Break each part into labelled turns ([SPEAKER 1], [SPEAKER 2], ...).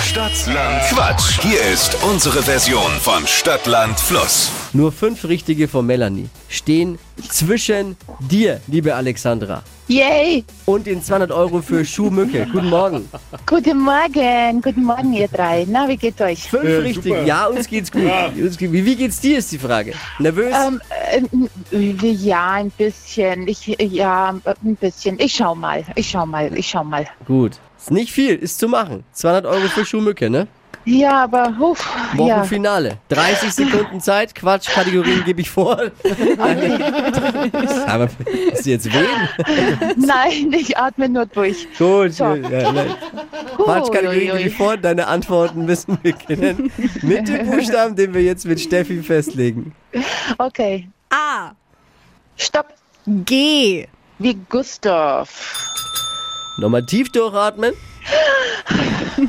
[SPEAKER 1] Stadtland Quatsch. Hier ist unsere Version von Stadtland Fluss.
[SPEAKER 2] Nur fünf richtige von Melanie stehen zwischen dir, liebe Alexandra,
[SPEAKER 3] Yay!
[SPEAKER 2] und den 200 Euro für Schuhmücke. Guten Morgen.
[SPEAKER 3] Guten Morgen, guten Morgen ihr drei. Na, wie geht's euch?
[SPEAKER 2] Fünf
[SPEAKER 4] Ja,
[SPEAKER 2] richtig.
[SPEAKER 4] super.
[SPEAKER 2] Ja, uns geht's gut. Uns geht, wie geht's dir, ist die Frage. Nervös?
[SPEAKER 3] Ähm, ähm, ja, ein bisschen. Ich, ja, ein bisschen. Ich schau mal, ich schau mal, ich schau mal.
[SPEAKER 2] Gut. Ist nicht viel, ist zu machen. 200 Euro für Schuhmücke, ne?
[SPEAKER 3] Ja, aber uff, ja.
[SPEAKER 2] Wochenfinale. 30 Sekunden Zeit. Quatsch, Kategorien gebe ich vor. Aber ist jetzt wen?
[SPEAKER 3] Nein, ich atme nur durch.
[SPEAKER 2] Gut.
[SPEAKER 3] So.
[SPEAKER 2] Ja, nein. Quatsch, Kategorien gebe ich vor. Deine Antworten müssen wir kennen. Mit dem Buchstaben, den wir jetzt mit Steffi festlegen.
[SPEAKER 3] Okay,
[SPEAKER 5] A.
[SPEAKER 3] stopp.
[SPEAKER 5] G.
[SPEAKER 3] Wie Gustav.
[SPEAKER 2] Nochmal tief durchatmen.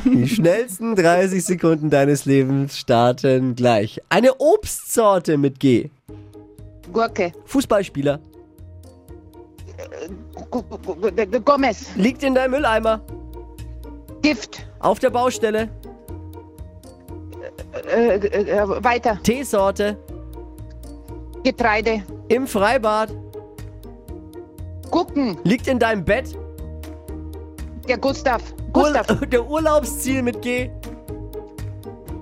[SPEAKER 2] Die schnellsten 30 Sekunden deines Lebens starten gleich. Eine Obstsorte mit G.
[SPEAKER 3] Gurke.
[SPEAKER 2] Fußballspieler.
[SPEAKER 3] Gu- gu- gu- gu- Gomez.
[SPEAKER 2] Liegt in deinem Mülleimer.
[SPEAKER 3] Gift.
[SPEAKER 2] Auf der Baustelle.
[SPEAKER 3] Äh, äh, weiter.
[SPEAKER 2] Teesorte.
[SPEAKER 3] Getreide.
[SPEAKER 2] Im Freibad.
[SPEAKER 3] Gucken.
[SPEAKER 2] Liegt in deinem Bett.
[SPEAKER 3] Der Gustav. Gustav.
[SPEAKER 2] Urla der Urlaubsziel mit G.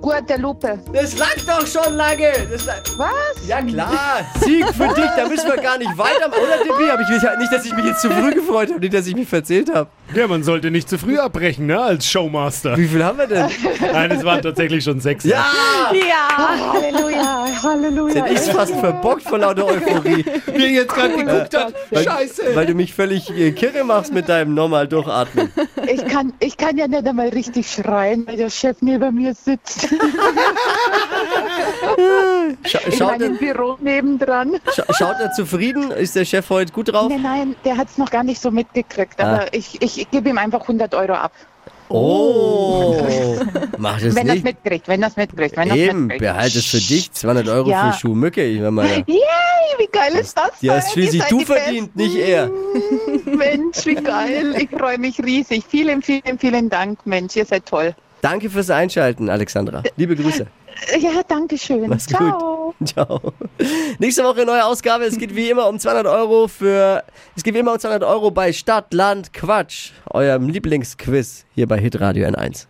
[SPEAKER 3] Guadalupe.
[SPEAKER 2] Das lag doch schon lange. Das lag
[SPEAKER 3] Was?
[SPEAKER 2] ja klar. Sieg für dich. Da müssen wir gar nicht weitermachen. Oder Tippi? Hab ich nicht, nicht, dass ich mich jetzt zu früh gefreut habe, nicht, dass ich mich verzählt habe.
[SPEAKER 4] Ja, man sollte nicht zu früh abbrechen, ne, als Showmaster.
[SPEAKER 2] Wie viel haben wir denn?
[SPEAKER 4] Nein, es waren tatsächlich schon sechs.
[SPEAKER 2] Ja.
[SPEAKER 5] Ja.
[SPEAKER 3] Halleluja, Halleluja.
[SPEAKER 2] Denn ich fast verbockt vor lauter Euphorie, Äh,
[SPEAKER 4] Wer jetzt gerade geguckt hat,
[SPEAKER 2] weil,
[SPEAKER 4] scheiße.
[SPEAKER 2] weil du mich völlig äh, kirre machst mit deinem normal Durchatmen.
[SPEAKER 3] Ich kann, ich kann ja nicht einmal richtig schreien, weil der Chef neben mir sitzt.
[SPEAKER 2] Scha
[SPEAKER 3] In
[SPEAKER 2] schaut, er,
[SPEAKER 3] meinem Büro nebendran.
[SPEAKER 2] scha schaut er zufrieden? Ist der Chef heute gut drauf?
[SPEAKER 3] Nein, nein, der hat es noch gar nicht so mitgekriegt.
[SPEAKER 2] Oh.
[SPEAKER 3] Aber
[SPEAKER 2] Ah.
[SPEAKER 3] ich, ich gebe ihm einfach 100 Euro ab.
[SPEAKER 2] Oh, mach das
[SPEAKER 3] Wenn er es
[SPEAKER 2] nicht.
[SPEAKER 3] mitkriegt, wenn er es mitkriegt. Wenn er's
[SPEAKER 2] Eben,
[SPEAKER 3] mitkriegt.
[SPEAKER 2] behalt es für dich. 200 Euro
[SPEAKER 3] Ja.
[SPEAKER 2] für Schuhmücke. Ich mein, meine,
[SPEAKER 3] Yay, wie geil ist das
[SPEAKER 2] die hast
[SPEAKER 3] denn?
[SPEAKER 2] schließlich
[SPEAKER 3] Ihr seid
[SPEAKER 2] du
[SPEAKER 3] die
[SPEAKER 2] verdient, nicht er.
[SPEAKER 3] Besten. Mensch, wie geil. Ich freue mich riesig. Vielen, vielen, vielen Dank, Mensch. Ihr seid toll.
[SPEAKER 2] Danke fürs Einschalten, Alexandra. Liebe Grüße.
[SPEAKER 3] Ja, danke schön.
[SPEAKER 2] Mach's gut.
[SPEAKER 3] Ciao.
[SPEAKER 2] Ciao. Nächste Woche neue Ausgabe. Es geht wie immer um 200 Euro für. Es geht wie immer um 200 Euro bei Stadt, Land, Quatsch. Eurem Lieblingsquiz hier bei Hitradio N1.